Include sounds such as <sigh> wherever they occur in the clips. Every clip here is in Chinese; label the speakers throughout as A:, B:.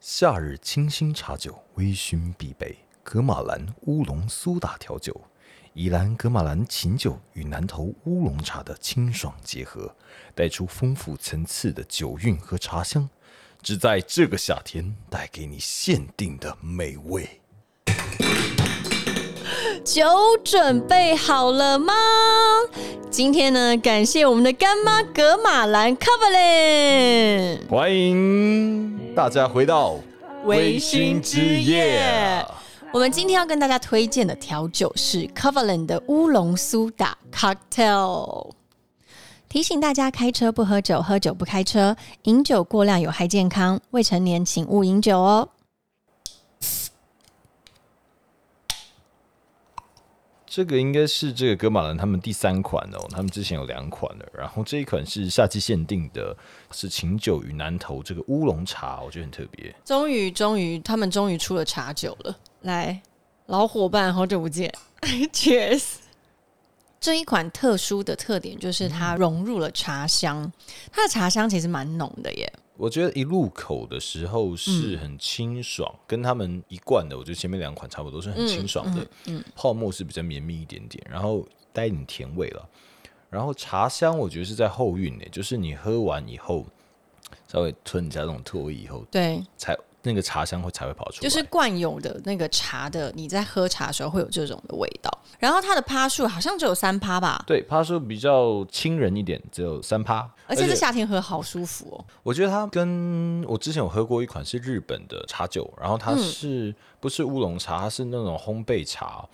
A: 夏日清新茶酒，微醺必备。格马兰乌龙苏打调酒，以兰格马兰琴酒与南投乌龙茶的清爽结合，带出丰富层次的酒韵和茶香，只在这个夏天带给你限定的美味。
B: 酒准备好了吗？今天呢，感谢我们的干妈格马兰 c o v e r l a n
A: 欢迎大家回到
B: 微醺之夜我们今天要跟大家推荐的调酒是 c o v e r l a n 的乌龙苏打 Cocktail。提醒大家：开车不喝酒，喝酒不开车，饮酒过量有害健康，未成年请勿饮酒哦。
A: 这个应该是这个格马兰他们第三款哦，他们之前有两款了，然后这一款是夏季限定的，是琴酒与南投这个乌龙茶，我觉得很特别。
B: 终于，终于，他们终于出了茶酒了。来，老伙伴，好久不见 <laughs> ，Cheers！这一款特殊的特点就是它融入了茶香，它的茶香其实蛮浓的耶。
A: 我觉得一入口的时候
B: 嗯
A: 是很清爽，跟他们一贯的，我觉得前面两款差不多是很清爽
B: 嗯
A: 的，泡沫是比较绵密一点点，然后带一点甜味了。然后茶香我觉得是在后韵呢，就是你喝完以后稍微吞一下这种唾液以后，
B: 对，
A: 才那个茶香会才会跑出来。
B: 就是惯有的那个茶的，你在喝茶的时候会有这种的味道。然后它的趴数好像只有三趴吧，
A: 对，趴数比较亲人一点，只有三趴。
B: 而且这夏天喝好舒服哦。
A: 我觉得它跟我之前有喝过一款是日本的茶酒，然后
B: 嗯
A: 它是、不是乌龙茶，它是那种烘焙茶，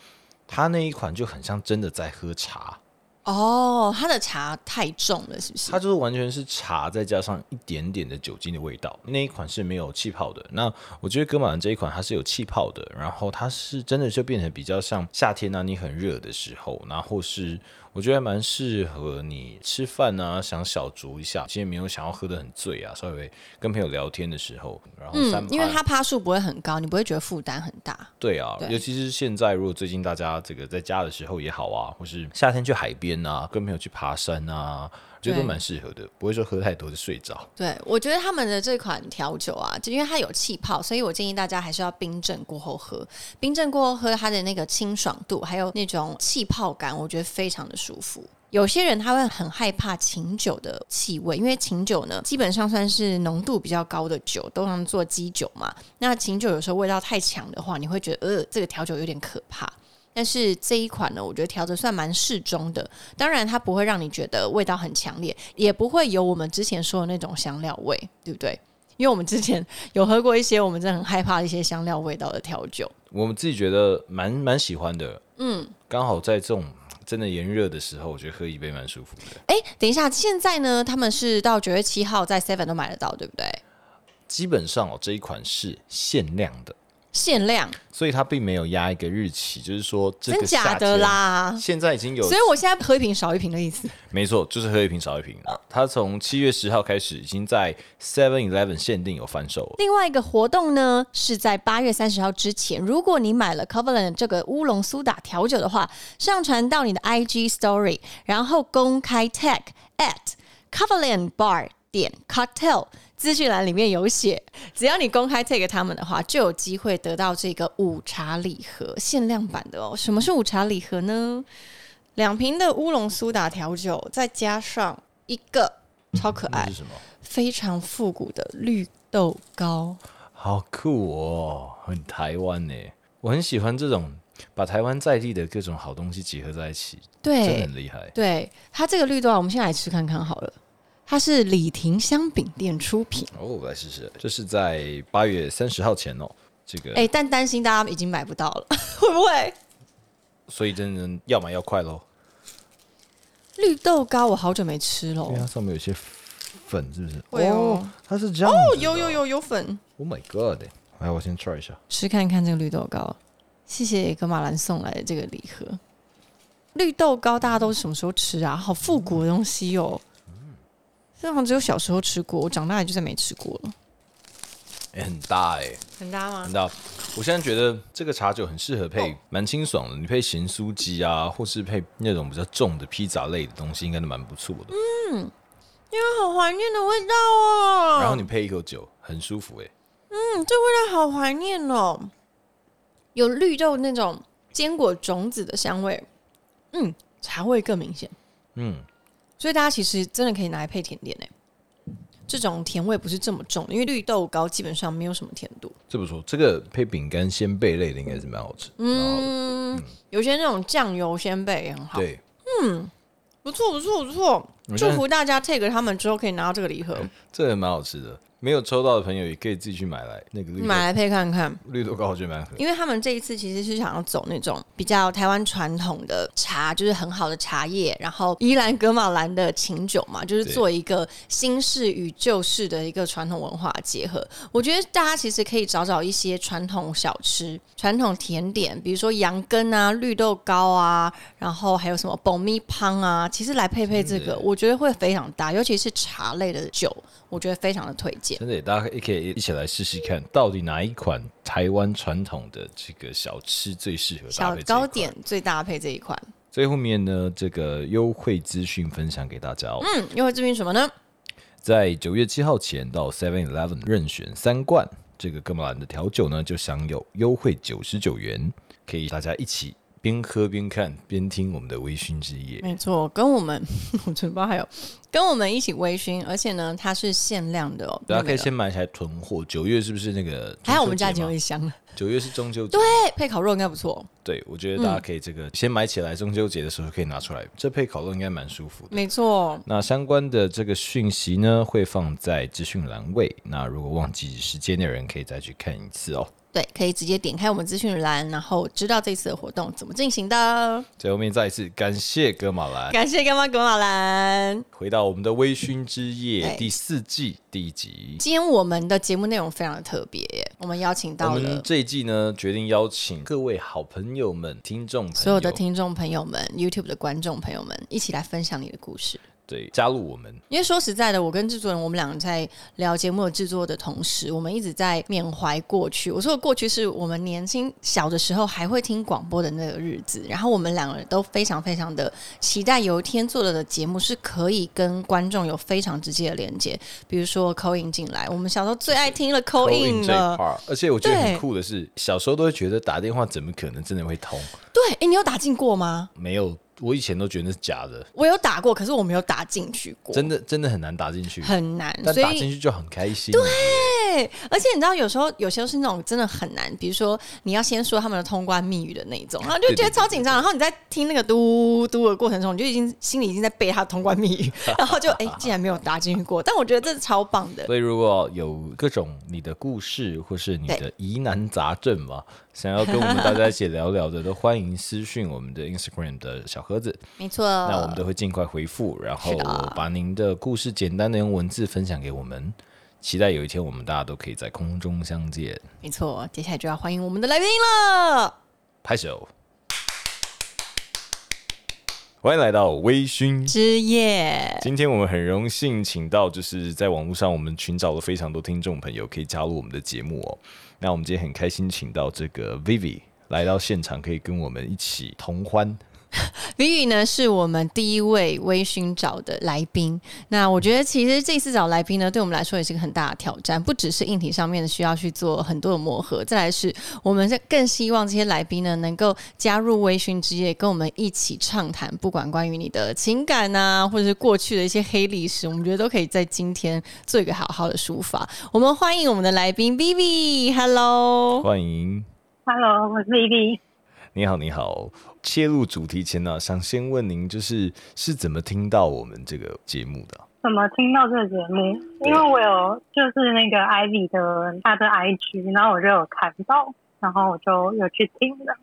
A: 它那一款就很像真的在喝茶，
B: 哦，它的茶太重了，是不是
A: 它？就是完全是茶再加上一点点的酒精的味道。那一款是没有气泡的，那我觉得格马兰这一款它是有气泡的，然后它是真的就变成比较像夏天啊，你很啊热的时候，然后是我觉得还蛮适合你吃饭啊，想小酌一下，今天没有想要喝得很醉啊，稍微跟朋友聊天的时候，然后三
B: 嗯，
A: 趴
B: 因为它趴数不会很高，你不会觉得负担很大。
A: 对啊，
B: 对
A: 尤其是现在，如果最近大家这个在家的时候也好啊，或是夏天去海边啊，跟朋友去爬山啊，我觉得都
B: 对
A: 蛮适合的，不会说喝太多就睡着。
B: 对，我觉得他们的这款调酒啊，就因为它有气泡，所以我建议大家还是要冰镇过后喝。冰镇过后喝，它的那个清爽度还有那种气泡感，我觉得非常的舒服。有些人他会很害怕琴酒的气味，因为琴酒呢基本上算是浓度比较高的酒，都常做基酒嘛。那琴酒有时候味道太强的话，你会觉得呃这个调酒有点可怕。但是这一款呢，我觉得调的算蛮适中的，当然它不会让你觉得味道很强烈，也不会有我们之前说的那种香料味，对不对？因为我们之前有喝过一些我们真的很害怕的一些香料味道的调酒，
A: 我们自己觉得蛮蛮喜欢的，嗯，刚好在这种真的炎热的时候，我觉得喝一杯蛮舒服的。
B: 哎，等一下，现在呢，他们是到九月七号在 Seven 都买得到，对不对？
A: 基本上哦，这一款是限量的，
B: 限量，
A: 所以它并没有压一个日期，就是说这
B: 真
A: 个夏
B: 假
A: 天
B: 的。啦。
A: 现在已经有
B: 所以我现在喝一瓶少一瓶的意思。
A: 没错，就是喝一瓶少一瓶。它从七月十号开始，已经在 Seven Eleven 限定有贩售了。
B: 另外一个活动呢，是在八月三十号之前，如果你买了 Coverland 这个乌龙苏打调酒的话，上传到你的 IG Story，然后公开 tag at Coverland Bar 点 Cocktail。资讯栏里面有写，只要你公开 tag 他们的话，就有机会得到这个午茶礼盒限量版的哦。什么是午茶礼盒呢？两瓶的乌龙苏打调酒，再加上一个超可
A: 那
B: 爱
A: 是、什么？
B: 非常复古的绿豆糕。
A: 好酷哦，很台湾呢。我很喜欢这种把台湾在地的各种好东西结合在一起，真的
B: 对
A: 很厉害。
B: 对，它这个绿豆啊，我们先来吃看看好了。它是李婷香饼店出品，
A: 哦，我来试试。这是在八月三十号前哦，这个，
B: 哎、但担心大家已经买不到了， <laughs> 会不会？
A: 所以真的要买要快喽。
B: 绿豆糕我好久没吃喽
A: 因哦为。它上面有一些粉，是不是？
B: 啊会哦，
A: 它是这样哦
B: 哦，有有有有粉，
A: ，Oh my God！哎来，我先 try 一下。
B: 吃看看这个绿豆糕。谢谢格马兰送来的这个礼盒。绿豆糕大家都是什么时候吃啊？好复古的东西哦。这好像只有小时候吃过，我长大也就再没吃过了。
A: 哎，很大哎。
B: 很搭吗
A: 很？大。我现在觉得这个茶酒很适合
B: 哦
A: 配，蛮清爽的。你配咸酥鸡啊，或是配那种比较重的披萨类的东西，应该都蛮不错的。
B: 嗯好怀念的味道哦。哦
A: 然后你配一口酒，很舒服哎、
B: 嗯，这味道好怀念哦，有绿豆那种坚果种子的香味，嗯，茶味更明显。
A: 嗯，
B: 所以大家其实真的可以拿来配甜点诶、这种甜味不是这么重的，因为绿豆糕基本上没有什么甜度。
A: 这不错，这个配饼干鲜贝类的应该是蛮好吃，蛮好的。
B: 嗯，有些那种酱油鲜贝也很好，
A: 对，
B: 不错不错不错。
A: 我觉
B: 祝
A: 得
B: 福大家 take 他们之后可以拿到这个礼盒，
A: 这个蛮好吃的。没有抽到的朋友也可以自己去买来那个绿豆
B: 买来配看看。
A: 绿豆糕，我觉得蛮合。
B: 因为他们这一次其实是想要走那种比较台湾传统的茶，就是很好的茶叶，然后宜兰格马兰的琴酒嘛，就是
A: 对
B: 做一个新式与旧式的一个传统文化结合。我觉得大家其实可以找找一些传统小吃、传统甜点，比如说羊羹啊、绿豆糕啊，然后还有什么爆米汤啊，其实来配配这
A: 真
B: 个，
A: 的
B: 我觉得会非常搭，尤其是茶类的酒，我觉得非常的推荐。
A: 真的耶，大家也可以一起来试试看，到底哪一款台湾传统的这个小吃最适合搭
B: 小
A: 配这一
B: 糕
A: 款
B: 点最搭配这一款，
A: 最后面呢，这个优惠资讯分享给大家哦。
B: 嗯，因为这边什么呢？
A: 在九月七号前到 Seven Eleven 任选三罐这个哥马兰的调酒呢，就享有优惠九十九元，可以大家一起边喝边看边听我们的微醺之夜。
B: 没错，跟我们我嘴巴还有跟我们一起微醺，而且呢，它是限量的哦，
A: 大家
B: 那
A: 啊可以
B: 个
A: 先买起来囤货。九月是不是那个？
B: 还有我们家已经有
A: 九
B: 一箱了，
A: 九月是中秋节，
B: 对，嗯配烤肉应该不错，
A: 对，我觉得大家可以这个先买起来，中秋节的时候可以拿出来，这配烤肉应该蛮舒服的。
B: 没错，
A: 那相关的这个讯息呢，会放在资讯栏位。那如果忘记时间的人，可以再去看一次哦。
B: 对，可以直接点开我们资讯栏，然后知道这次的活动怎么进行的。
A: 最后面再一次感谢哥马兰，
B: 感谢干妈格马兰。
A: 回到我们的微醺之夜
B: 对
A: 第四季第一集。
B: 今天我们的节目内容非常的特别耶，我们邀请
A: 我
B: 到
A: 们
B: 了
A: 这一季呢，决定邀请各位好朋友们、听众朋友、
B: 所有的听众朋友们、YouTube 的观众朋友们一起来分享你的故事。
A: 对加入我们，
B: 因为说实在的，我跟制作人我们俩在聊节目的制作的同时，我们一直在缅怀过去。我说的过去是我们年轻小的时候还会听广播的那个日子，然后我们两个人都非常非常的期待有一天做的的节目是可以跟观众有非常直接的连接，比如说扣印进来，我们小时候最爱听了扣
A: Call in
B: 印
A: 这一
B: 了。
A: part。而且我觉得很
B: 对
A: 酷的是，小时候都会觉得打电话怎么可能真的会通？
B: 对，哎、你有打进过吗？
A: 没有，我以前都觉得那是假的，
B: 我有打过，可是我没有打进去过，
A: 真的真的很难打进去。
B: 很难。
A: 但
B: 所
A: 打
B: 以
A: 进去就很开心。对，
B: 对，而且你知道，有时候有些是那种真的很难，比如说你要先说他们的通关密语的那一种，然后就觉得超紧张，然后你在听那个嘟嘟的过程中，你就已经心里已经在背他的通关密
A: <laughs>
B: 语，然后就哎、竟然没有答进去过，但我觉得这是超棒的。
A: 所以如果有各种你的故事或是你的疑难杂症嘛，想要跟我们大家一起聊聊的，都欢迎私讯我们的 Instagram 的小盒子，
B: 没错，
A: 那我们都会尽快回复，然后
B: 呃是的
A: 把您的故事简单的用文字分享给我们。期待有一天我们大家都可以在空中相见，
B: 没错，接下来就要欢迎我们的来宾了。
A: 拍手！欢迎来到微醺
B: 之夜，
A: 今天我们很荣幸请到，就是在网络上我们寻找了非常多听众朋友可以加入我们的节目哦。那我们今天很开心请到这个 Vivi 来到现场，可以跟我们一起同欢。
B: v i 呢是我们第一位微醺找的来宾。那我觉得其实这次找来宾呢，对我们来说也是个很大的挑战，不只是硬体上面需要去做很多的磨合，再来是我们是更希望这些来宾呢能够加入微醺之夜，跟我们一起畅谈，不管关于你的情感啊，或者是过去的一些黑历史，我们觉得都可以在今天做一个好好的抒发。我们欢迎我们的来宾 Vivi，Hello。
A: 欢迎，
C: Hello，我是 Vivi。
A: 你好，你好。切入主题前呢、想先问您，就是是怎么听到我们这个节目的啊、
C: 怎么听到这个节目？因为我有就是那个 Ivy 的他的 IG，然后我就有看到，然后我就有去听的。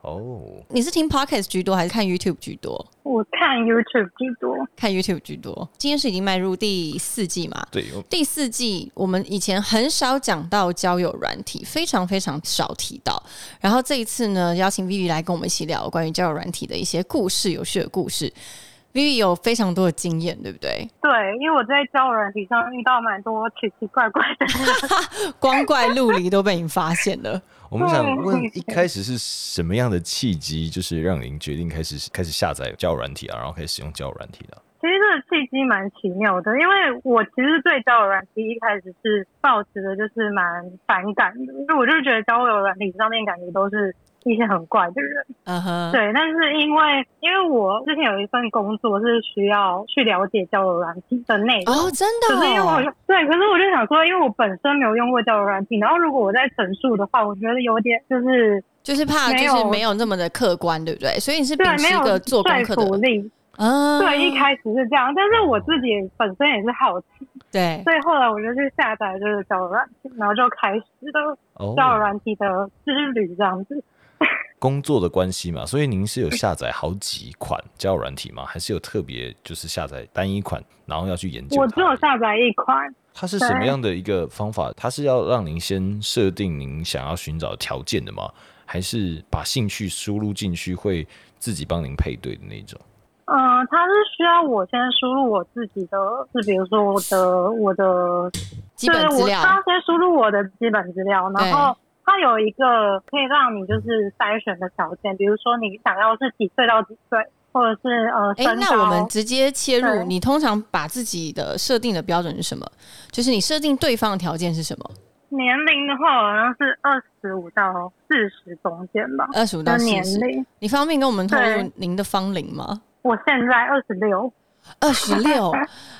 A: 哦，
B: 你是听 podcast 居多还是看 YouTube 居多？
C: 我看 YouTube 居多，
B: 看 YouTube 居多。今天是已经迈入第四季嘛？
A: 对，我
B: 第四季我们以前很少讲到交友软体，非常非常少提到。然后这一次呢，邀请 Vivi 来跟我们一起聊关于交友软体的一些故事，有趣的故事。Vivi 有非常多的经验，对不对？
C: 对，因为我在交友软体上遇到蛮多奇奇怪怪的人，
B: 光怪陆离都被你发现
C: <laughs>
B: 了。
A: 我们想
C: 对
A: 问，一开始是什么样的契机，就是让您决定开始开始下载交友软体啊，然后开始使用交友软体的啊、
C: 其实这这个契机蛮奇妙的，因为我其实对交友软体一开始是抱持的就是蛮反感的，因为我就觉得交友软体上面感觉都是一些很怪的人。
B: 嗯哼，
C: 对，但是因为因为我之前有一份工作是需要去了解交友软体的内容。
B: 哦，真的
C: 可
B: 哦，
C: 是因为我就对，可是我就想说，因为我本身没有用过交友软体，然后如果我在陈述的话，我觉得有点就是
B: 就是怕
C: 没
B: 就是
C: 有
B: 没有那么的客观，对不对？所以你是秉
C: 对
B: 持
C: 没
B: 一
C: 有
B: 个做功课
C: 说服
B: 的，
C: 力。
B: 嗯，
C: 对，一开始是这样，但是我自己本身也是好奇，
B: 对
C: 所以后来我就去下载就是交友软体，然后就开始了
A: 哦，
C: 交友软体的之旅这样子。
A: 工作的关系嘛，所以您是
C: 嗯
A: 有下载好几款交友软体吗？还是有特别就是下载单一款，然后要去研究它？
C: 我只有下载一款，
A: 它是什么样的一个方法？它是要让您先设定您想要寻找的条件的吗？还是把兴趣输入进去，会自己帮您配对的那种？
C: 嗯、它是需要我先输入我自己的，是比如说我的我的
B: 基本
C: 对
B: 资
C: 我
B: 料，
C: 他先输入我的基本资料，然后它有一个可以让你就是筛选的条件，比如说你想要是几岁到几岁，或者是呃 <laughs>
B: 哎、
C: 身
B: 那我们
C: 高。
B: 直接切入，
C: 对
B: 你通常把自己的设定的标准是什么？就是你设定对方的条件是什么？
C: 年龄的话好像是二十五到四十中间吧，
B: 二十五
C: 的
B: 到四
C: 年
B: 十，
C: 龄。
B: 你方便跟我们透露
C: 对
B: 您的芳龄吗？
C: 我现在二十六，
B: 二十
C: <laughs>
B: 六，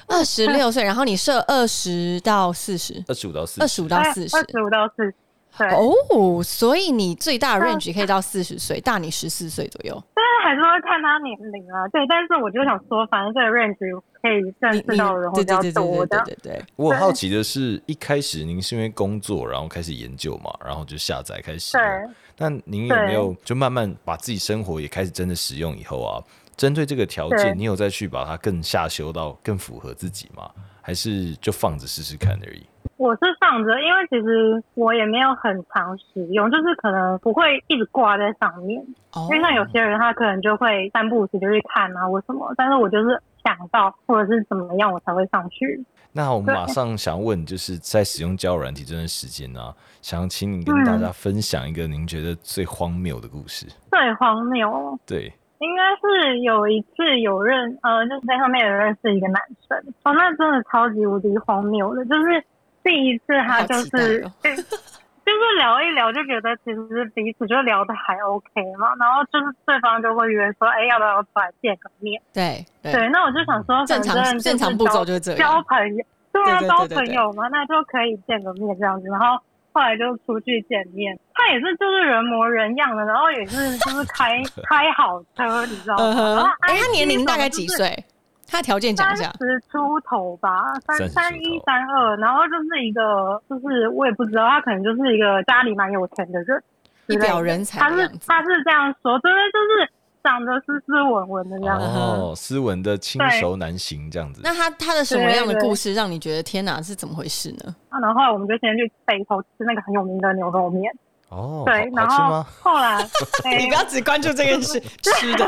B: 二十六岁，然后你设二十到四十，
A: 二十五到四
B: 二十五到四十
C: 哎二，十五到四十。对，但
B: 哦，所以你最大的
C: 嗯
B: range 可以到四十岁，大你十四岁左右。
C: 是还是会看他年龄啊。对，但是我就想说，反正这个 range 可以认
B: 你
C: 识
B: 你
C: 到的人会
B: 对
C: 比较
B: 对对对
C: 多
B: 对
C: 的。
B: 对对，
A: 我很好奇的是，一开始您是因为工作，然后开始研究嘛，然后就下载开始使用。
C: 对，
A: 那您有没有就慢慢把自己生活也开始真的使用以后啊？针对这个条
C: 对
A: 件，你有再去把它更下修到更符合自己吗？还是就放着试试看而已？
C: 我是放着，因为其实我也没有很常使用，就是可能不会一直挂在上面。
B: 哦
C: 因为像有些人他可能就会三不五时就去看啊或什么，但是我就是想到或者是怎么样我才会上去。
A: 那我们
C: 对
A: 马上想问，就是在使用交友软体这段时间呢、想请你跟大
C: 嗯
A: 家分享一个您觉得最荒谬的故事。
C: 最荒谬哦
A: 对，
C: 应该是有一次有认呃，就是在上面有认识一个男生，哦，那真的超级无敌荒谬的，就是第一次他就
B: 好期
C: 是、
B: 待哦
C: 就是聊一聊就觉得其实彼此就聊的还 OK 嘛，然后就是对方就会约说，哎，要不要出来见个面？
B: 对对，嗯
C: 对，那我就想说，
B: 正
C: 反
B: 常
C: 正
B: 正常
C: 就是
B: 步骤
C: 交
B: 就是这
C: 交
B: 样。
C: 朋友，对啊，
B: 对对对
C: 交
B: 对
C: 朋
B: 对
C: 友嘛，那就可以见个面这样子。然后后来就出去见面，他也是就是人模人样的，然后也是就是开开好车，你知道
B: 嗯
C: 吗？
B: 哼
C: 然后，
B: 哎、
C: IG
B: 他年龄大概几
C: 就是
B: 岁？他的条件讲
C: 三
B: 一下。
C: 十出头吧，三
A: 30
C: 三
A: 出
C: 一
A: 头
C: 三二，然后就是一个，就是我也不知道，他可能就是一个家里蛮有钱的人，
B: 一表人才
C: 他
B: 的
C: 是
B: 样子。
C: 他是这样说，真的就是长得斯斯文文的这样子。
A: 哦，斯文的轻熟男型这样子。
B: 那他他的什么样的
C: 对对
B: 故事让你觉得天哪是怎么回事呢？
C: 啊然后后来我们就先去北头吃那个很有名的牛肉面，
A: 哦，
C: 对，
A: 好
C: 然
A: 好吃
C: 后
A: 吗？
C: 后
A: <laughs>
C: 来哎
B: 你不要只关注这件
C: <laughs>
B: 事吃的，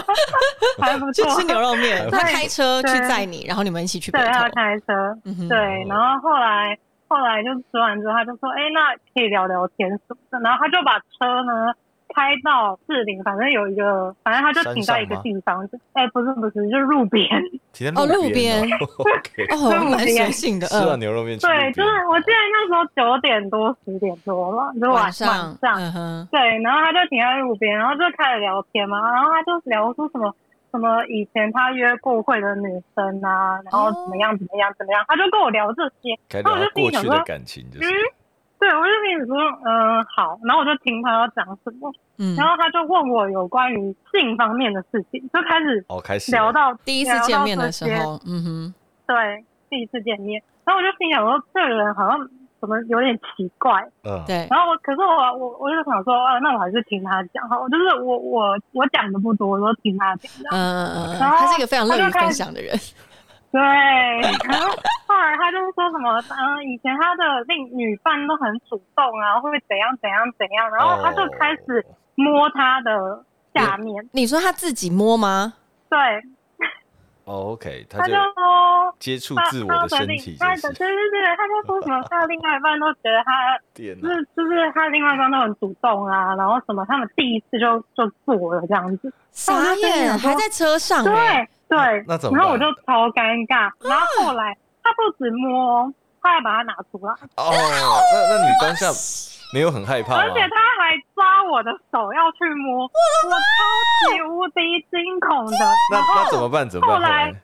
C: 还不
B: 去
C: 错，
B: 吃牛肉面。
A: 对
B: 他开车去
C: 对
B: 载你，然后你们一起去北
C: 对，他
B: 投。
C: 开车，
B: 嗯哼，
C: 对，然后后来后来就吃完之后，他就说，哎，那可以聊聊天什么的，然后他就把车呢开到士林，反正有一个，反正他就停在一个
A: 山上吗
C: 地方，就哎，不是不是，就是路边，
A: 停
B: 哦
A: 在
B: 路边
A: 边哦。OK， <laughs>
B: 哦，
C: 对
B: 蛮随性的，
A: 吃
C: 啊
A: 完
B: 嗯，
A: 牛肉面去路
C: 对，
A: 边。
C: 就是我记得那时候九点多十点多嘛，就晚
B: 上，
C: 晚
B: 嗯哼，
C: 对，然后他就停在路边，然后就开始聊天嘛，然后他就聊出什么什么以前他约过会的女生啊，然后怎么样怎么样怎么样，他就跟我聊这些，
A: 该
C: 然后
A: 聊到过
C: 我就心里想
A: 去
C: 说嗯
A: 的，感情，就是
C: 对，我就心里说，嗯、好，然后我就听他要讲什么，
B: 嗯
C: 然，后他就问我有关于性方面的事情，就开始
A: 哦，开始了
C: 聊到
B: 第一次见面的时，
C: 聊到
B: 候，嗯哼，
C: 这些对，第一次见面，然后我就心想说，这个人好像怎么有点奇怪，
A: 嗯，
B: 对，
C: 然后我，可是我我我就想说，啊，那我还是听他讲好，就是我我我讲的不多，我都听他讲。
B: 嗯嗯嗯嗯，
C: 然后
B: 他是一个非常乐
C: 他
B: 于
C: 就开
B: 分
C: 始
B: 享的人，
C: 对，然后后来他就是说什么，嗯、以前他的另女伴都很主动啊，会怎样怎样怎样，然后他就开始
A: 哦
C: 摸他的下面，
B: 你说他自己摸吗？
C: 对，
A: 哦 OK，他
C: 他
A: 就
C: 就说。
A: 接触
C: 他
A: 自我
C: 他
A: 的身
C: 另
A: 体，
C: 他
A: 就
C: 的对
A: 是
C: 对对，他就说什么，他的另外一半都觉得
A: <laughs>
C: 他
A: 天
C: 就
A: 哪
C: 是就是他另外一半都很主动啊，然后哦什么他们第一次就就做了这样子，
B: 傻
C: 我就跟你
B: 眼，
C: 讲说
B: 还在车上，
C: 对
B: 哎，
C: 对，
D: 那怎么
C: 然后我就
D: 办
C: 超尴尬。然后后来他不止摸，他还把它拿出来，
D: 哦，那那你当下
A: 没有很害怕
C: 而
A: 吗
C: 且？他还抓我的手要去摸，我超级无敌惊恐的。
D: 那那怎么办？怎么办？
C: 后来
D: 后来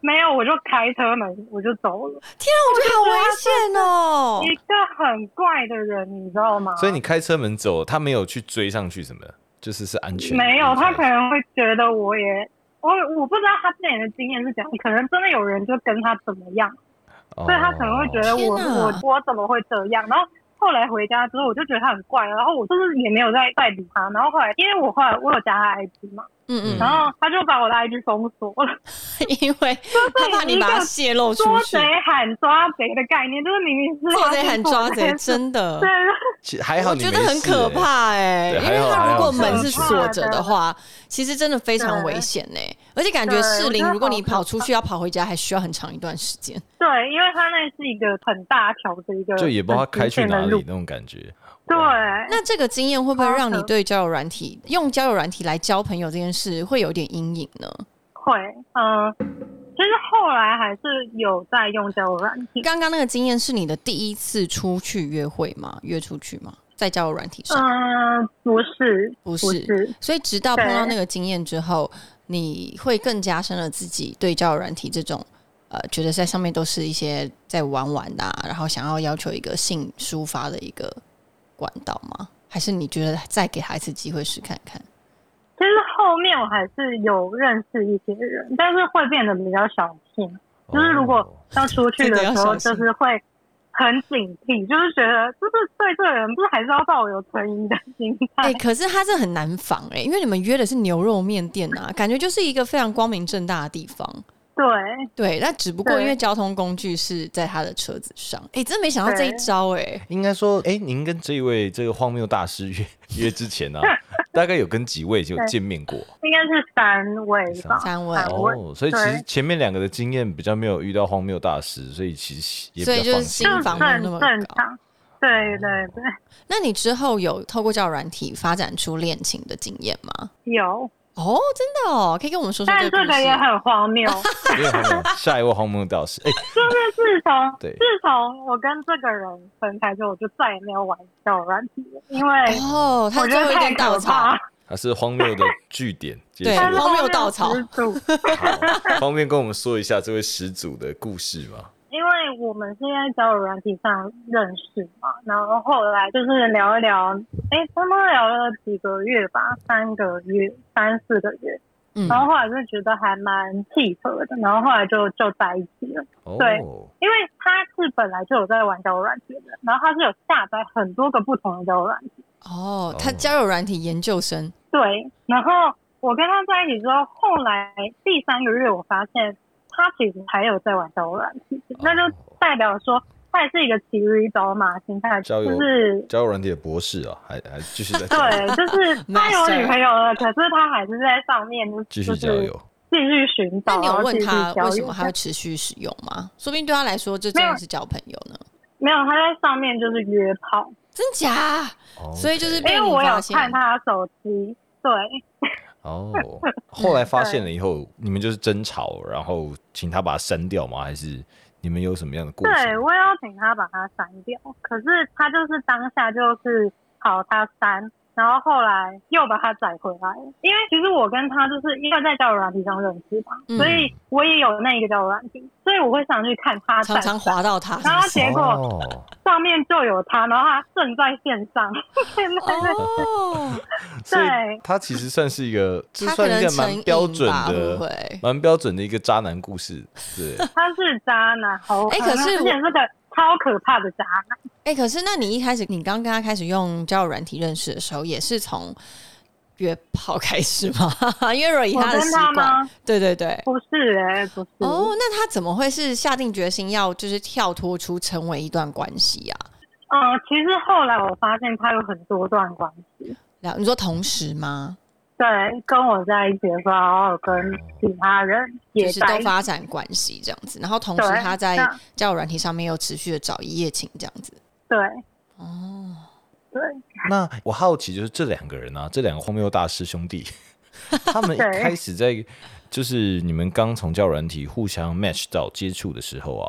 C: 没有，我就开车门我就走了。
B: 天啊，我觉得好危险哦！
C: 一个很怪的人，你知道吗？
A: 所以你开车门走，他没有去追上去什么的，就是是安全的。
C: 没有，他
A: 对不
C: 可
A: 对
C: 能会觉得我也。我我不知道他之前的经验是怎样，可能真的有人就跟他怎么样，所以他可能会觉
A: 哦
C: 得我
B: 天哪
C: 我我怎么会这样？然后后来回家之后，我就觉得他很怪，啊然后我就是也没有再再理他。然后后来，因为我后来我有加他 IG 嘛，
B: 嗯
C: 然
B: 嗯，
C: 后他就把我的 IG 封锁了， <laughs>
B: <laughs> 因为他怕你把它泄露出
C: 捉
B: 去
C: 贼，喊抓贼的概念，就是明明是
B: 做
C: 他
B: 贼
C: 去
B: 喊
C: 做
B: 抓贼，
C: 的事
B: 真的
C: 对。
A: 其实 <laughs> 还好
B: 我
A: 你
B: 觉
A: 没事、
B: 得很可
A: 欸。
B: 怕哎、
A: 对
B: 因
A: 还
B: 为
A: 好
B: 他
A: 还
B: 如
A: 好
B: 果
A: 是
B: 门
A: 很
B: 是
A: 怕
B: 锁着
C: 的
B: 的话，其实真的非常危
C: 对
B: 险呢、而且感觉
C: 对
B: 适
C: 我
B: 龄
C: 觉，得
B: 如果
C: 好
B: 你
C: 可
B: 跑出去要跑回家，还需要很长一段时间。
C: 对，因为他那是一个很大条的一个，
A: 就也不知道他开去哪里
C: 路
A: 那。种感觉。
C: 对，
B: 那这个经验会不会
C: 好
B: 让你
C: 可
B: 对交友软体用交友软体来交朋友这件事会有点阴影呢？
C: 会，嗯、其实后来还是有在用交友软体。
B: 刚刚那个经验是你的第一次出去约会吗？约出去吗？在交友软体上？
C: 嗯、不是，
B: 不是
C: 不是，
B: 所以直到碰到
C: 对
B: 那个经验之后，你会更加深了自己对交友软体这种呃，觉得在上面都是一些在玩玩的、啊，然后想要要求一个性抒发的一个管道吗？还是你觉得再给他一次机会试看看？
C: 其实后面我还是有认识一些人，但是会变得比较小心，就是如
A: 哦
C: 果要出去
B: 真的
C: 的
B: 要
C: 时候，
B: 小心
C: 就是会很警惕，就是觉得就是对这个人，不是还是要抱有存疑的心
B: 哎、
C: 态。
B: 可是他这很难防哎、因为你们约的是牛肉面店啊，感觉就是一个非常光明正大的地方。 <laughs> 对，
C: 对，
B: 那只不过
C: 对
B: 因为交通工具是在他的车子上，哎、真没想到这一
C: 对
B: 招哎、
A: 应该说，哎、您跟这一位这个荒谬大师约约之前
C: <laughs>
A: 呢、大概有跟几位就
C: 对
A: 见面过
C: 应该是三位吧，
B: 三位
C: 三位，
A: 哦，所以其实
C: 啊对
A: 前面两个的经验比较没有遇到荒谬大师，所以其实也
B: 所以
A: 比较
B: 就是
A: 放
B: 新
A: 心。
C: 就
B: 房
C: 很
B: 没有那么
C: 正
B: 高
C: 常。对对对，
B: 那你之后有透过交友软体发展出恋情的经验吗？
C: 有，
B: 哦，真的哦，可以跟我们说说
C: 但
B: 这个
C: 这
B: 故事
C: 个也很
B: <laughs>
C: 荒谬。
A: 因为荒谬下一位荒谬大师，哎、
C: 就是自从
A: 对
C: 自从我跟这个人分开之后，我就再也没有玩交友软体了，因为
B: 哦， <laughs> 他
C: 我
B: 是
C: 觉
B: 最后
C: 得
B: 一
C: 太
B: 根稻
C: 可
B: 草
C: 怕，，
A: 他是荒谬的据点结
B: 对
A: 束
C: 他是
A: 了。
B: 荒谬稻草
C: 荒谬之主
A: 好方便跟我们说一下这位始祖的故事吗？
C: <laughs> 因为我们是在交友软体上认识嘛，然后后来就是聊一聊，哎，差不多聊了几个月吧，三个月、三四个月，
B: 嗯
C: 然后后来就觉得还蛮契合的，然后后来就就在一起了。对
A: 哦，
C: 因为他是本来就有在玩交友软体的人，然后他是有下载很多个不同的交友软体。
B: 哦，他交友软体研究
C: 哦
B: 生，
C: 对，然后我跟他在一起之后，后来第三个月我发现他其实还有在玩交友软体，那
A: 哦
C: 就代表说他也是一个骑驴找马心态，
A: 交
C: 就
A: 友
C: 是
A: 交友软体的博士啊，还还继续在交友
C: 对，就是
B: <laughs>
C: 他有女朋友了，可是他还是在上面就是
A: 继续交友。
C: 继续寻
B: 那
C: 找，
B: 你有
C: 然后
B: 问
C: 继续
B: 他
C: 交
B: 为什
C: 友
B: 么他会持续使用吗？说不定对他来说，这
C: 没
B: 真
C: 有
B: 的是交朋友呢，
C: 没有，他在上面就是约炮，
B: 真假？
A: 哦
B: 所以就是
C: 因
B: 被
C: 为
B: 你
C: 我有
B: 发现，
C: 看他的手机，对。
A: 哦，后来发现了以后，你们就是争吵，然后请他把它删掉吗？还是你们有什么样的过程？
C: 对，我也要请他把它删掉，可是他就是当下就是好他删，然后后来又把它载回来了。因为其实我跟他就是因为在交友软体上认识嘛，
B: 嗯
C: 所以我也有那一个交友软体，所以我会想去看他载
B: 常。常滑到他，
C: 然后
B: 是
C: 结果
A: 哦，
C: 上面就有他，然后他正在线上， <laughs> 现
B: 不是
C: 在在 <laughs>
B: 哦，
A: 所以
C: 对
A: 他其实算是一个，这
B: 他
A: 算
B: 可
A: 一
B: 能
A: 个
B: 成
A: 蛮
B: 瘾
A: 标准
B: 吧会不
A: 的，
B: 会？
A: 蛮标准的一个渣男故事。对， <laughs>
C: 他是渣男，好，
B: 哎可是
C: 而且是个超可怕的渣男，
B: 哎、可是那你一开始，你刚跟他开始用交友软体认识的时候，也是从约炮开始吗？ <laughs> 因为如果以他
C: 我
B: 的
C: 跟
B: 习
C: 他
B: 惯，
C: 吗？
B: 对对对。
C: 不是哎、不是。
B: 哦，那他怎么会是下定决心要就是跳脱出成为一段关系呀、啊？
C: 嗯，其实后来我发现他有很多段关系。
B: 了，你说同时吗？
C: 对，跟我在一起的时候，然后有跟其他人
B: 就
C: 也
B: 是
C: 在
B: 都
C: 一起。
B: 发展关系这样子，然后同时
C: 对啊
B: 他在
C: 那
B: 交友软体上面又持续的找一夜情这样子。
C: 对
B: 哦，
C: 对，
A: 那我好奇就是这两个人啊，这两个荒谬大师兄弟， <laughs> 他们一
C: 对
A: 开始在就是你们刚从交友软体互相 match 到接触的时候啊，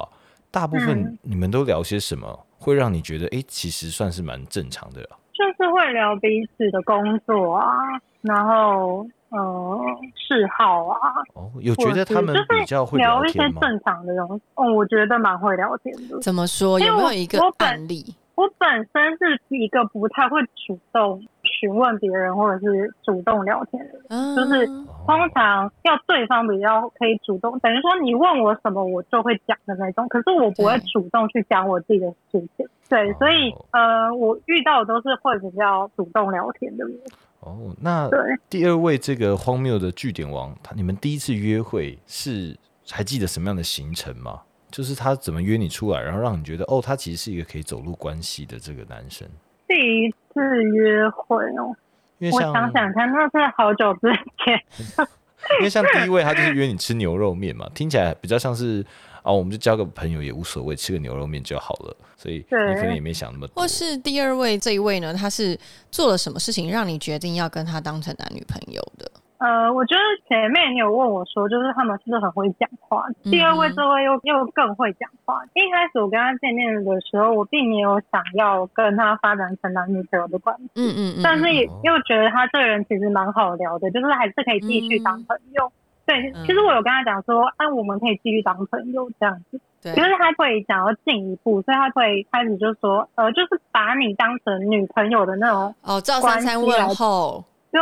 A: 大部分
C: 嗯
A: 你们都聊些什么，会让你觉得哎、诶其实算是蛮正常的、啊。
C: 就是会聊彼此的工作啊，然后呃嗜好啊，
A: 哦，有觉得他们
C: 或者是
A: 比较会
C: 聊一些
A: 天吗？
C: 正常的东西。嗯，我觉得蛮会聊天的。
B: 怎么说？
C: 因为
B: 有没有
C: 我
B: 一个
C: 我本
B: 案例？
C: 我本身是一个不太会主动询问别人或者是主动聊天的人，
B: 嗯，
C: 就是
A: 哦
C: 通常要对方比较可以主动，等于说你问我什么我就会讲的那种，可是我不会
B: 对
C: 主动去讲我自己的事情。对，所以
A: 哦
C: 呃，我遇到的都是会比较主动聊天的人。
A: 哦，那
C: 对，
A: 第二位这个荒谬的据点王，他你们第一次约会是还记得什么样的行程吗？就是他怎么约你出来，然后让你觉得哦，他其实是一个可以走入关系的这个男生。
C: 第一次约会哦，
A: 因为
C: 我
A: 像
C: 想想看，那是好久之前。
A: 因为像第一位他就是约你吃牛肉面嘛，听起来比较像是啊，我们就交个朋友也无所谓，吃个牛肉面就好了。所以你
C: 对
A: 可能也没想那么多
B: 或。是第二位这一位呢？他是做了什么事情让你决定要跟他当成男女朋友的？
C: 呃，我觉得前面你有问我说，就是他们是不是很会讲话？
B: 嗯
C: 第二位这位又又更会讲话。一开始我跟他见面的时候，我并没有想要跟他发展成男女朋友的关系，
B: 嗯嗯嗯，
C: 但是
B: 嗯
C: 也
A: 哦
C: 又觉得他这个人其实蛮好聊的，就是还是可以继续当朋友。对，
B: 嗯
C: 其实我有跟他讲说，啊，我们可以继续当朋友这样子。
B: 对
C: 可，是他会想要进一步，所以他会开始就说，呃，就是把你当成女朋友的那种
B: 哦，照三餐
C: 关系来啊
B: 问候，
C: 对，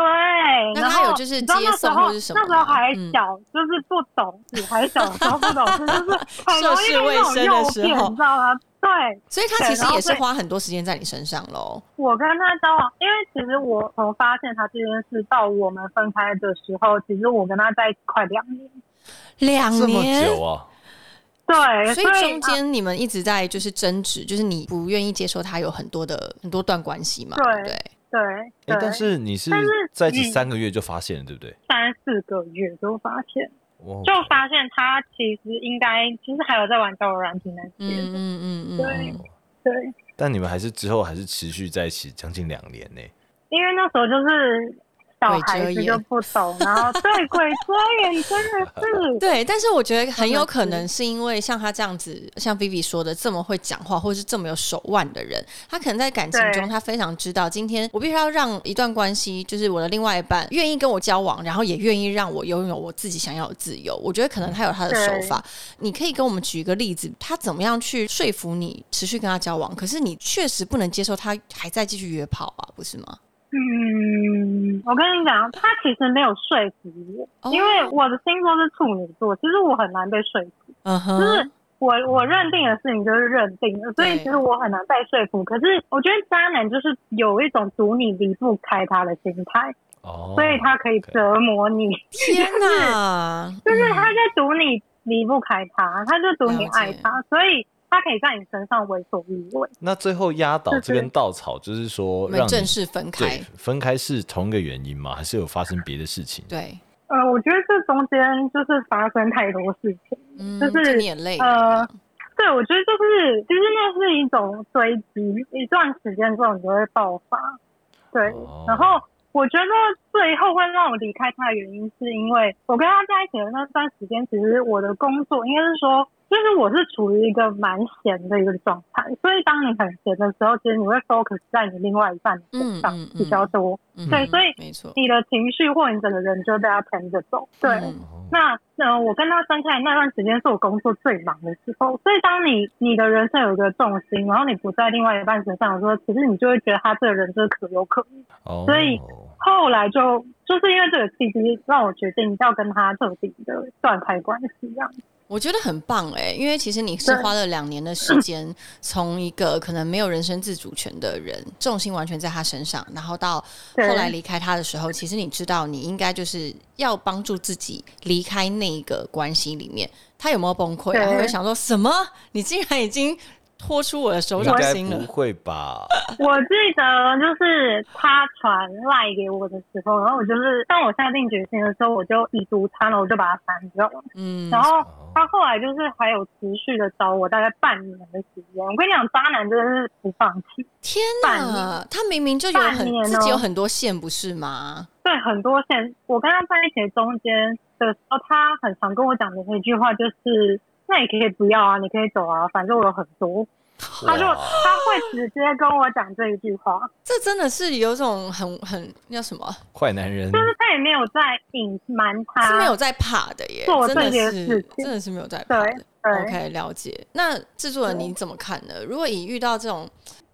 B: 那
C: 然
B: 他有
C: 后
B: 就是
C: 你知道
B: 接
C: 那时
B: 送
C: 候
B: 或是什么
C: 那时候
B: 吗
C: 还
B: 嗯
C: 小，就是不懂事，
B: <laughs>
C: 还小的时候不懂事，就是很容
B: 涉
C: 易
B: 世
C: 被
B: 未
C: 那种
B: 深的时
C: 诱骗，
B: 候
C: 你知道吗？对，
B: 所以他其
C: 对
B: 实
C: 然后
B: 也是
C: 所以
B: 花很多时间在你身上喽。
C: 我跟他交往，因为其实我从发现他这件事到我们分开的时候，其实我跟他在一起快两年，
B: 两
A: 这么
B: 年，
A: 久啊，
C: 对，
B: 所
C: 所
B: 以中
C: 啊
B: 间你们一直在就是争执，就是你不愿意接受他有很多的很多段关系嘛，
C: 对
B: 对不对？
C: 对
A: 哎、
C: 对，
A: 但是你是
C: 但是
A: 在一起
C: 嗯
A: 三个月就发现了，对不对？
C: 三四个月就发现，
A: 哇
C: 就发现他其实应该就是还有在玩交友软体那些，
B: 嗯嗯嗯嗯，
C: 对
A: 哦
C: 对。
A: 但你们还是之后还是持续在一起将近两年呢、
C: 因为那时候就是小孩子就不懂，然后对鬼遮眼真的是，
B: 对。但是我觉得很有可能是因为像他这样子，像 Vivi 说的这么会讲话，或是这么有手腕的人，他可能在感情
C: 对
B: 中他非常知道，今天我必须要让一段关系，就是我的另外一半愿意跟我交往，然后也愿意让我拥有我自己想要的自由。我觉得可能他有他的
C: 对
B: 手法，你可以跟我们举一个例子，他怎么样去说服你持续跟他交往？可是你确实不能接受他还在继续约炮啊，不是吗？
C: 嗯，我跟你讲，他其实没有说服
B: 哦
C: 我，因为我的星座是处女座，其实我很难被说服，
B: 嗯哼，
C: 就是我我认定的事情就是认定了，所以
B: 对
C: 其实我很难被说服。可是我觉得渣男就是有一种赌你离不开他的心态，
A: 哦，
C: 所以他可以折磨你，
B: 天哪，
C: 就是
B: 嗯
C: 他在赌你离不开他，他就赌你爱他，所以他可以在你身上为所欲为。
A: 那最后压倒这根稻草，就是
B: 我
A: 说让
B: 们
A: 你
B: 正式分开
A: 对，分开是同一个原因吗？还是有发生别的事情？
B: 对，
C: 呃，我觉得这中间就是发生太多事情。
B: 嗯，
C: 就是
B: 这你也累了，
C: 呃对，我觉得就是，就是那是一种追击，一段时间之后你就会爆发。对，
A: 哦
C: 然后我觉得最后会让我离开他的原因，是因为我跟他在一起的那段时间，其实我的工作应该是说，就是我是处于一个蛮闲的一个状态，所以当你很闲的时候，其实你会 focus 在你另外一半身上
B: 嗯嗯嗯
C: 比较多，
B: 嗯
C: 对所以
B: 没错，
C: 你的情绪或你整个人就会被他牵着走。对，
B: 嗯
A: 哦
C: 那呃，我跟他分开的那段时间是我工作最忙的时候，所以当你你的人生有一个重心，然后你不在另外一半身上的时候，其实你就会觉得他这个人就是可有可无。
A: 哦
C: 所以后来就就是因为这个契机，让我决定要跟他彻底的断开关系，这样。
B: 我觉得很棒哎、因为其实你是
C: 对
B: 花了两年的时间，从一个可能没有人身自主权的人，重心完全在他身上，然后到
C: 对
B: 后来离开他的时候，其实你知道你应该就是要帮助自己离开那一个关系里面。他有没有崩溃、啊？
C: 对
B: 他会想说什么？你竟然已经脱出我的手
A: 应
B: 掌
A: 该
B: 心
A: 不
B: 了？
A: 会吧？
C: 我记得就是他传赖给我的时候，然后我就是当我下定决心的时候，我就已读他了，我就把他删掉了。
B: 嗯，
C: 然后
A: 哦
C: 他后来就是还有持续的找我，大概半年的时间。我跟你讲，渣男真的是不放弃。
B: 天
C: 半
B: 哪，他明明就有很
C: 半年哦
B: 自己有很多线，不是吗？
C: 对，对很多现，我跟他在一起的中间的时候，他很常跟我讲的一句话就是：“那你可以不要啊，你可以走啊，反正我有很多。”他就
A: 哇
C: 他会直接跟我讲这一句话，
B: 这真的是有种很很那叫什么，啊
A: 坏男人
C: 就是他也没有在隐瞒他，
B: 嗯是没有在怕的耶，
C: 啊做
B: 真的
C: 这些
B: 是
C: 事情
B: 真的是没有在怕的
C: 对。对
B: OK，了解。那制作人你怎么看呢？如果你遇到这种，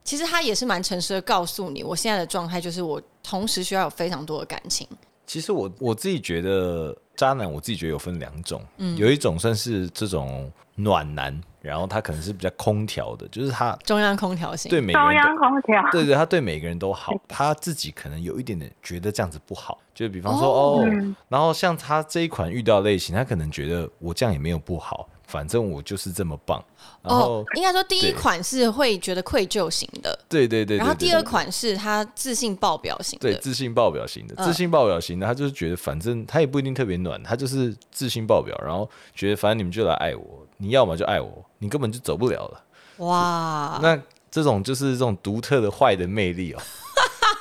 B: 其实他也是蛮诚实的告诉你，我现在的状态就是我同时需要有非常多的感情。
A: 其实我我自己觉得，渣男我自己觉得有分两种，
B: 嗯
A: 有一种算是这种暖男，然后他可能是比较空调的，就是他
B: 中央空调型，
A: 对每个
C: 中
A: 人
C: 央
A: 都。
C: 空调。
A: 对对，他对每个人都好，他自己可能有一点点觉得这样子不好，就比方说哦
B: 哦
C: 嗯
A: 然后像他这一款遇到的类型，他可能觉得我这样也没有不好，反正我就是这么棒。然后、
B: 哦，应该说第一
A: 对
B: 款是会觉得愧疚型的，
A: 对对对对，
B: 然后
A: 对
B: 第二款是他自信爆表型
A: 对
B: 的。
A: 自信爆表型的，
B: 嗯
A: 自信爆表型的，他就是觉得反正他也不一定特别暖，他就是自信爆表，然后觉得反正你们就来爱我，你要么就爱我，你根本就走不了了。
B: 哇，
A: 那这种就是这种独特的坏的魅
B: <laughs>
A: 力哦，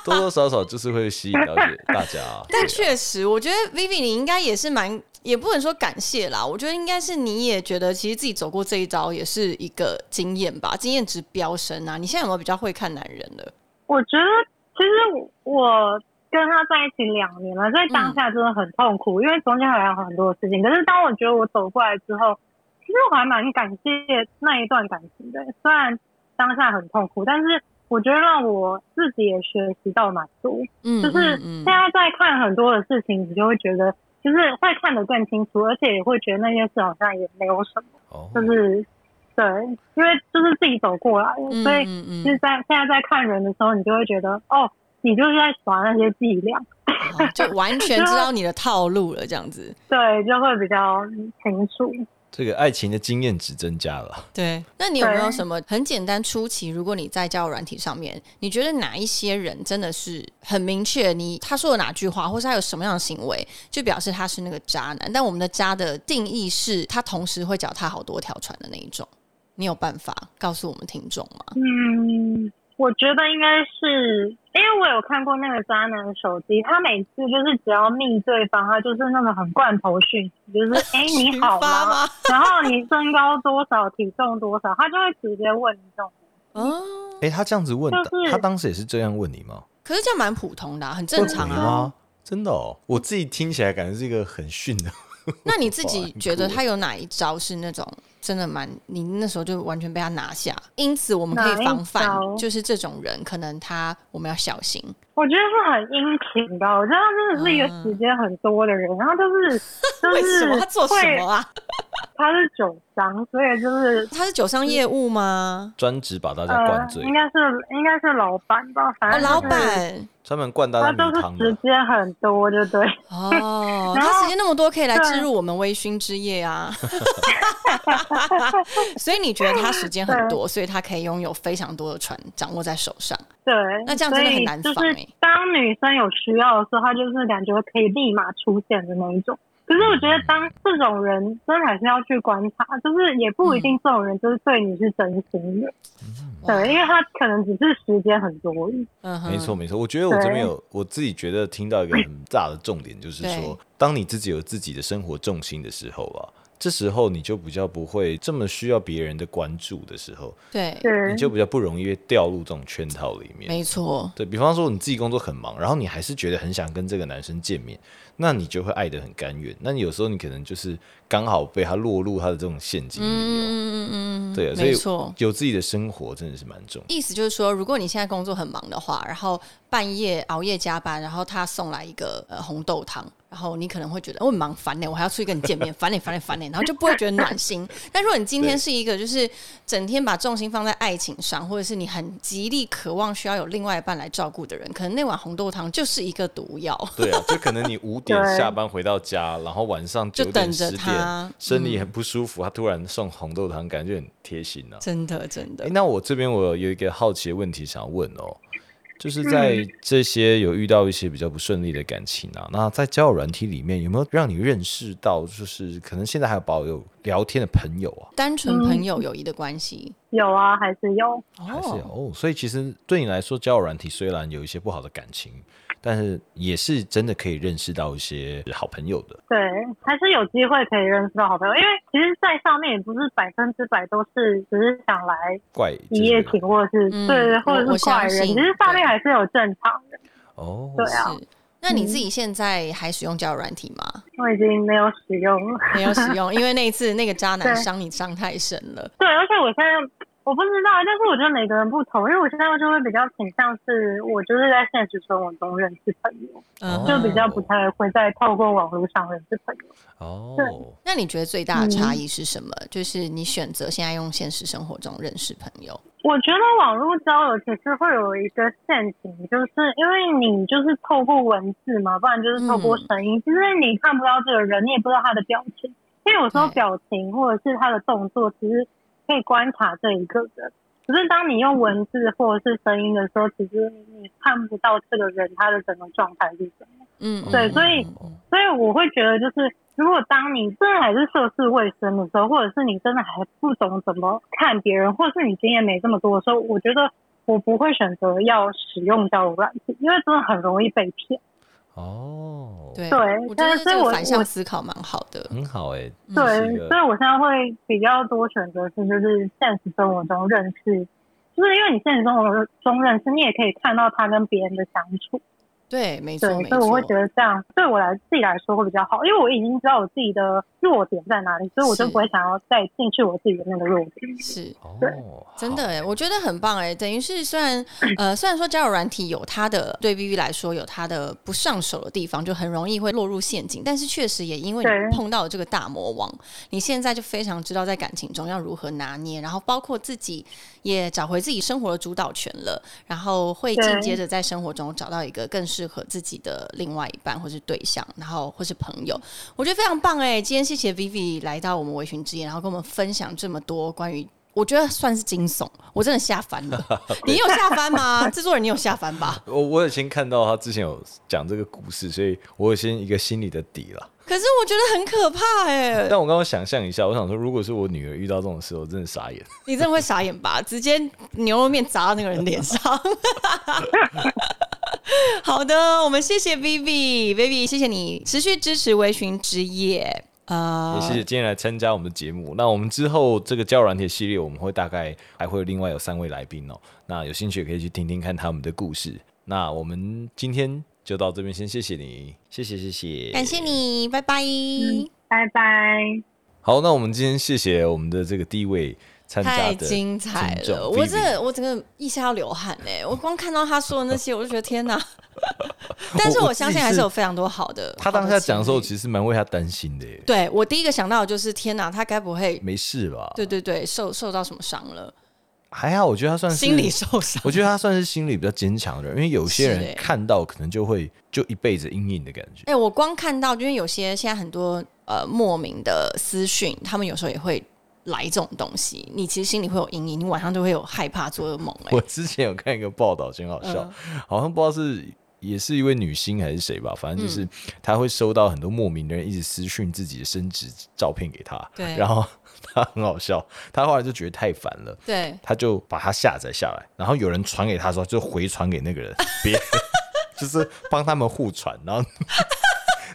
A: 多多少少就是会吸引到一些大家啊。
B: 但
A: 对啊
B: 确实，我觉得 Vivi 你应该也是蛮，也不能说感谢啦，我觉得应该是你也觉得其实自己走过这一招也是一个经验吧，经验值飙升啊。你现在有没有比较会看男人了？
C: 我觉得其实我跟他在一起两年了，所以当下真的很痛苦，因为中间还有很多事情。可是当我觉得我走过来之后，其实我还蛮感谢那一段感情的，虽然当下很痛苦，但是我觉得让我自己也学习到蛮多。
B: 嗯，
C: 就是
B: 嗯
C: 现
B: 嗯
C: 在在看很多的事情，你就会觉得。就是会看得更清楚，而且也会觉得那件事好像也没有什么，
A: 哦
C: 就是对，因为就是自己走过来的，
B: 嗯
C: 所以
B: 嗯嗯
C: 就是在现在在看人的时候，你就会觉得哦，你就是在耍那些伎俩，
B: 哦就完全知道你的套路了，这样子。
C: 对，就会比较清楚。
A: 这个爱情的经验值增加了。
B: 对，那你有没有
C: 对
B: 什么很简单初期？如果你在交友软体上面，你觉得哪一些人真的是很明确你，他说了哪句话，或是他有什么样的行为，就表示他是那个渣男？但我们的渣的定义是，他同时会脚踏好多条船的那一种。你有办法告诉我们听众吗？
C: 嗯，我觉得应该是因为我有看过那个渣男的手机，他每次就是只要密对方，他就是那种很罐头讯息，就是哎、你好
B: <laughs> 群发
C: 吗？
B: 吗？
C: 然后你身高多少，体重多少，他就会直接问你这种。
B: 哦，
A: 哎，他这样子问
C: 就
A: 的，
C: 嗯是
A: 他当时也是这样问你吗？
B: 可是这样蛮普通的啊、很正常
A: 你
B: 啊。
A: 吗？真的哦，我自己听起来感觉是一个很逊
C: <laughs>
A: 的。
B: 那你
A: 啊
B: 自己觉得他有哪一招是那种真的蛮你那时候就完全被他拿下？因此我们可以防范
C: 哪一，招
B: 就是这种人可能他我们要小心。
C: 我觉得是很殷勤的，我觉得他真的是一个时间很多的人，然后
B: <laughs>
C: 就是就
B: 嗯为
C: 是
B: 什么他做什
C: 会
B: 么啊？
C: 他是酒商，所以就是
B: 他是酒商业务吗？
A: 专职把大家灌
C: 呃，
A: 醉
C: 应，该是应该是老板吧，反
B: 哦，
C: 正就是、
B: 老
C: <laughs>
B: 板
A: 专门灌大家
C: 他都
A: 迷
C: 是
A: 汤
C: 时
A: 的。
C: 间很多，就
B: <laughs>
C: 对。
B: 哦，
C: 然后
B: 他时间那么多，可以来
C: 对
B: 置入我们微醺之夜
C: <laughs>
B: 啊。所以你觉得他时间
C: 嗯
B: 很多，所以他可以拥有非常多的船掌握在手上。
C: 对，
B: 那这样真的很难
C: 所以
B: 防
C: 就
B: 欸
C: 是当女生有需要的时候，她就是感觉可以立马出现的那一种。可是我觉得，当这种人真的还是要去观察，就是也不一定这种人就是对你是真心的，
A: 嗯
B: 哇
C: 对，因为他可能只是时间很多而已。
B: 嗯哼
A: 没错，没错，我觉得我这边有我自己觉得听到一个很大的重点，就是
B: 对
A: 说，当你自己有自己的生活重心的时候啊，这时候你就比较不会这么需要别人的关注的时候，
B: 对，
C: 对
A: 你，就比较不容易掉入这种圈套里面。
B: 没错。
A: 对比方说，你自己工作很忙，然后你还是觉得很想跟这个男生见面，那你就会爱得很甘愿。那你有时候你可能就是刚好被他落入他的这种陷阱里面哦、
B: 嗯嗯嗯，嗯
A: 对啊，所
B: 没
A: 以
B: 错。
A: 有自己的生活真的是蛮重要的。
B: 意思就是说，如果你现在工作很忙的话，然后半夜熬夜加班，然后他送来一个呃红豆汤，然后你可能会觉得哦我很忙烦呢、我还要出去跟你见面，烦呢烦呢烦呢，然后就不会觉得暖心。 <laughs> 但如果你今天
A: 对
B: 是一个就是整天把重心放在爱情上，或者是你很极力渴望需要有另外一半来照顾的人，可能那碗红豆汤就是一个毒药。
A: 对啊，就可能你
B: <laughs>
A: 五点
C: 对
A: 下班回到家，然后晚上
B: 就
A: 九
B: 等
A: 点
B: 着
A: 十
B: 他嗯
A: 点，生理很不舒服，他突然送红豆汤，感觉很贴心啊。
B: 真的真的
A: 诶，那我这边我有一个好奇的问题想问哦，
C: 嗯
A: 就是在这些有遇到一些比较不顺利的感情啊，那在交友软体里面有没有让你认识到，就是可能现在还有保有聊天的朋友啊？
B: 单纯朋友友谊的关系、
C: 有啊，还是有。
A: 哦还是有哦，所以其实对你来说，交友软体虽然有一些不好的感情，但是也是真的可以认识到一些好朋友的。
C: 对，还是有机会可以认识到好朋友，因为其实，在上面也不是百分之百都是只是想来
A: 怪
C: 一
A: 就
C: 夜
A: 是
C: 情，或者是、
B: 嗯
C: 对，或
B: 我
C: 者
B: 我
C: 是
B: 相
C: 怪
B: 信
C: 人，其实上面
B: 对
C: 还是有正常人。
A: 哦，
C: 对啊
B: 是。那你自己现在还使用交友软体吗？
C: 我已经没有使用了。
B: 没有使
C: <laughs>
B: 用，因为那一次那个渣男
C: 对
B: 伤你伤太深了。
C: 对，而且我现在我不知道，但是我觉得每个人不同，因为我现在就会比较倾向是，我就是在现实生活中认识朋友，
B: 嗯，
C: 就比较
A: 哦
C: 不太会再透过网络上认识朋友。
A: 哦，
B: 那你觉得最大的差异是什么？就是你选择现在用现实生活中认识朋友，
C: 我觉得网络交友其实会有一个陷阱，就是因为你就是透过文字嘛，不然就是透过声音，其实你看不到这个人，你也不知道他的表情，因为有时候
B: 对
C: 表情或者是他的动作，其实可以观察这一个人。可是当你用文字或者是声音的时候，其实你看不到这个人他的整个状态是什么。
B: 嗯，
C: 对
B: 嗯
C: 所以
B: 嗯
A: 哦
B: 嗯
C: 所以我会觉得，就是如果当你真的还是涉世未深的时候，或者是你真的还不懂怎么看别人，或者是你经验没这么多的时候，我觉得我不会选择要使用交友软体，因为真的很容易被骗。
A: 哦，，
B: 对
C: 对
B: 我觉
C: 但
B: 得
C: 是
B: 这个
C: 我
B: 反向
C: 我
B: 思考蛮好的。
A: 很好哎、
B: 嗯
C: 对
A: 是一，个
C: 所以我现在会比较多选择是就是现实生活中认识，就是因为你现实生活中认识，你也可以看到他跟别人的相处。
B: 对，没错，
C: 对，
B: 没
C: 所
B: 错。
C: 以我会觉得这样对我来自己来说会比较好，因为我已经知道我自己的弱点在哪里，所以我就是不会想要再进去我自己的那个弱点。
B: 是。
A: 哦，
B: 真的
A: 好
B: 哎，我觉得很棒哎，等于是虽
C: <coughs>
B: 然呃，虽然说交友软体有它的对 B B 来说有它的不上手的地方，就很容易会落入陷阱，但是确实也因为
C: 对
B: 你碰到了这个大魔王，你现在就非常知道在感情中要如何拿捏，然后包括自己也找回自己生活的主导权了，然后会
C: 对
B: 进阶的在生活中找到一个更适合自己的另外一半或是对象，然后或是朋友，我觉得非常棒哎！今天谢谢 Vivi 来到我们微醺之夜，然后跟我们分享这么多关于。我觉得算是惊悚，我真的吓翻了。你有吓翻吗？制作人，你有吓翻吧？
A: 我我有先看到他之前有讲这个故事，所以我有先一个心里的底了。
B: 可是我觉得很可怕哎、
A: 但我刚刚想象一下，我想说，如果是我女儿遇到这种事，我真的傻眼。
B: 你真的会傻眼吧？直接牛肉面砸到那个人脸上。好的，我们谢谢 Vivi，Vivi，谢谢你持续支持微醺之夜。呃
A: 也，谢谢今天来参加我们的节目。那我们之后这个交友软体系列，我们会大概还会有另外有三位来宾哦。那有兴趣也可以去听听看他们的故事。那我们今天就到这边，先谢谢你，谢谢谢谢，
B: 感谢。你，拜拜。
C: 嗯，拜拜。
A: 好，那我们今天谢谢我们的这个第一位参加
B: 太
A: 的
B: 精彩
A: 听
B: 了！
A: 众
B: 我
A: Vivi
B: 真的，我整个一下要流汗哎、我光看到他说的那些，我就觉得天
A: <laughs>
B: 哪！但是
A: 我
B: 我相信还
A: 我自己
B: 是
A: 是
B: 有非常多好的。
A: 他当下讲的时候，
B: 实
A: 其实蛮为他担心的耶，
B: 对我第一个想到的就是天哪，他该不会
A: 没事吧？
B: 对，对对受受到什么伤了？
A: 还好，我觉得他算是
B: 心理受伤。
A: 我觉得他算是心理比较坚强的人，因为有些
B: 是欸
A: 人看到可能就会就一辈子阴影的感觉。
B: 哎、我光看到，因为有些现在很多呃莫名的私讯，他们有时候也会来这种东西，你其实心里会有阴影，你晚上就会有害怕做噩梦、
A: 我
B: 哎，
A: 之前有看一个报道，真好笑，
B: 嗯
A: 好像不知道是也是一位女星还是谁吧，反正
B: 嗯
A: 就是她会收到很多莫名的人一直私讯自己的生殖照片给她，
B: 对
A: 然后 <laughs> 她很好笑，她后来就觉得太烦了。
B: 对，
A: 她就把它下载下来，然后有人传给她的时候，就回传给那个人， <laughs> 别就是帮他们互传，然后 <laughs>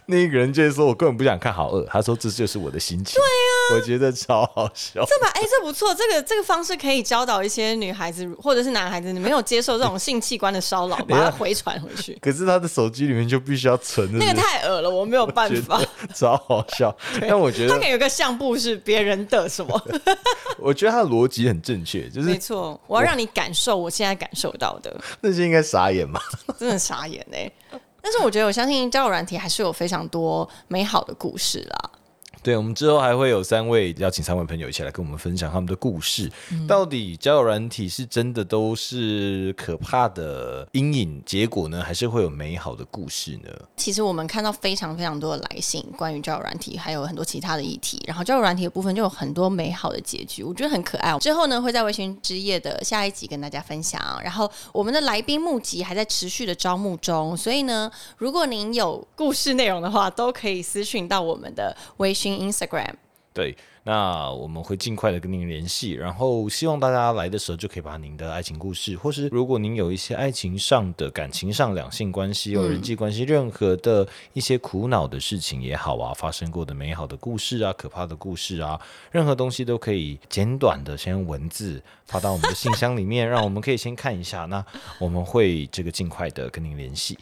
A: 那个人就会说：“我根本不想看，好饿。”他说：“这就是我的心情。”对啊，我觉得超好笑。
B: 这吧，哎、这不错，这个这个方式可以教导一些女孩子或者是男孩子，你没有接受这种性器官的骚
A: <laughs>
B: 扰，把它回传回去，
A: 可是他的手机里面就必须要存着
B: 那个太恶了，我没有办
A: 觉
B: 法
A: 得。 <laughs> 超好笑。但我觉
B: 他
A: 得
B: 可，以有个相簿是别人的什么？
A: 我觉得他的逻辑很正确，就
B: 没
A: 是
B: 错，我要让你感受我现在感受到的，
A: 那些应该傻眼嘛。
B: 真的傻眼哎、但是我觉得，我相信交友软体还是有非常多美好的故事啦。
A: 对，我们之后还会有三位邀请三位朋友一起来跟我们分享他们的故事。 <laughs> 到底交友软体是真的都是可怕的阴影结果呢，还是会有美好的故事呢？
B: 其实我们看到非常非常多的来信，关于交友软体，还有很多其他的议题。然后交友软体的部分就有很多美好的结局，我觉得很可爱。哦之后呢，会在微醺之夜的下一集跟大家分享。然后我们的来宾募集还在持续的招募中，所以呢，如果您有故事内容的话，都可以私讯到我们的微醺 Instagram。
A: 对，那我们会尽快的跟您联系，然后希望大家来的时候就可以把您的爱情故事，或是如果您有一些爱情上的、感情上、两性关系哦、
B: 嗯
A: 人际关系任何的一些苦恼的事情也好啊，发生过的美好的故事啊、可怕的故事啊，任何东西都可以简短的先用文字发到我们的信箱里 <laughs> 面，让我们可以先看一下，那我们会这个尽快的跟您联系。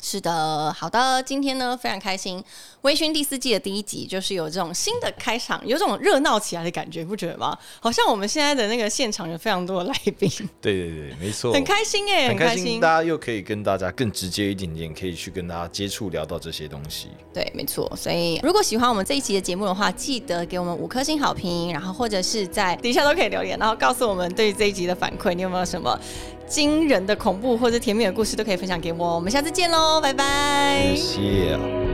B: 是的，好的，今天呢非常开心，《微醺》第四季的第一集就是有这种新的开场，有种热闹起来的感觉，不觉得吗？好像我们现在的那个现场有非常多的来宾，
A: 对对对，没错，
B: 很开心哎、
A: 很
B: 开
A: 开心，大家又可以跟大家更直接一点点，可以去跟大家接触聊到这些东西。
B: 对，没错。所以如果喜欢我们这一集的节目的话，记得给我们五颗星好评，然后或者是在底下都可以留言，然后告诉我们对于这一集的反馈，你有没有什么惊人的恐怖或者甜蜜的故事都可以分享给我。我们下次见喽，拜拜。
A: 谢谢啊。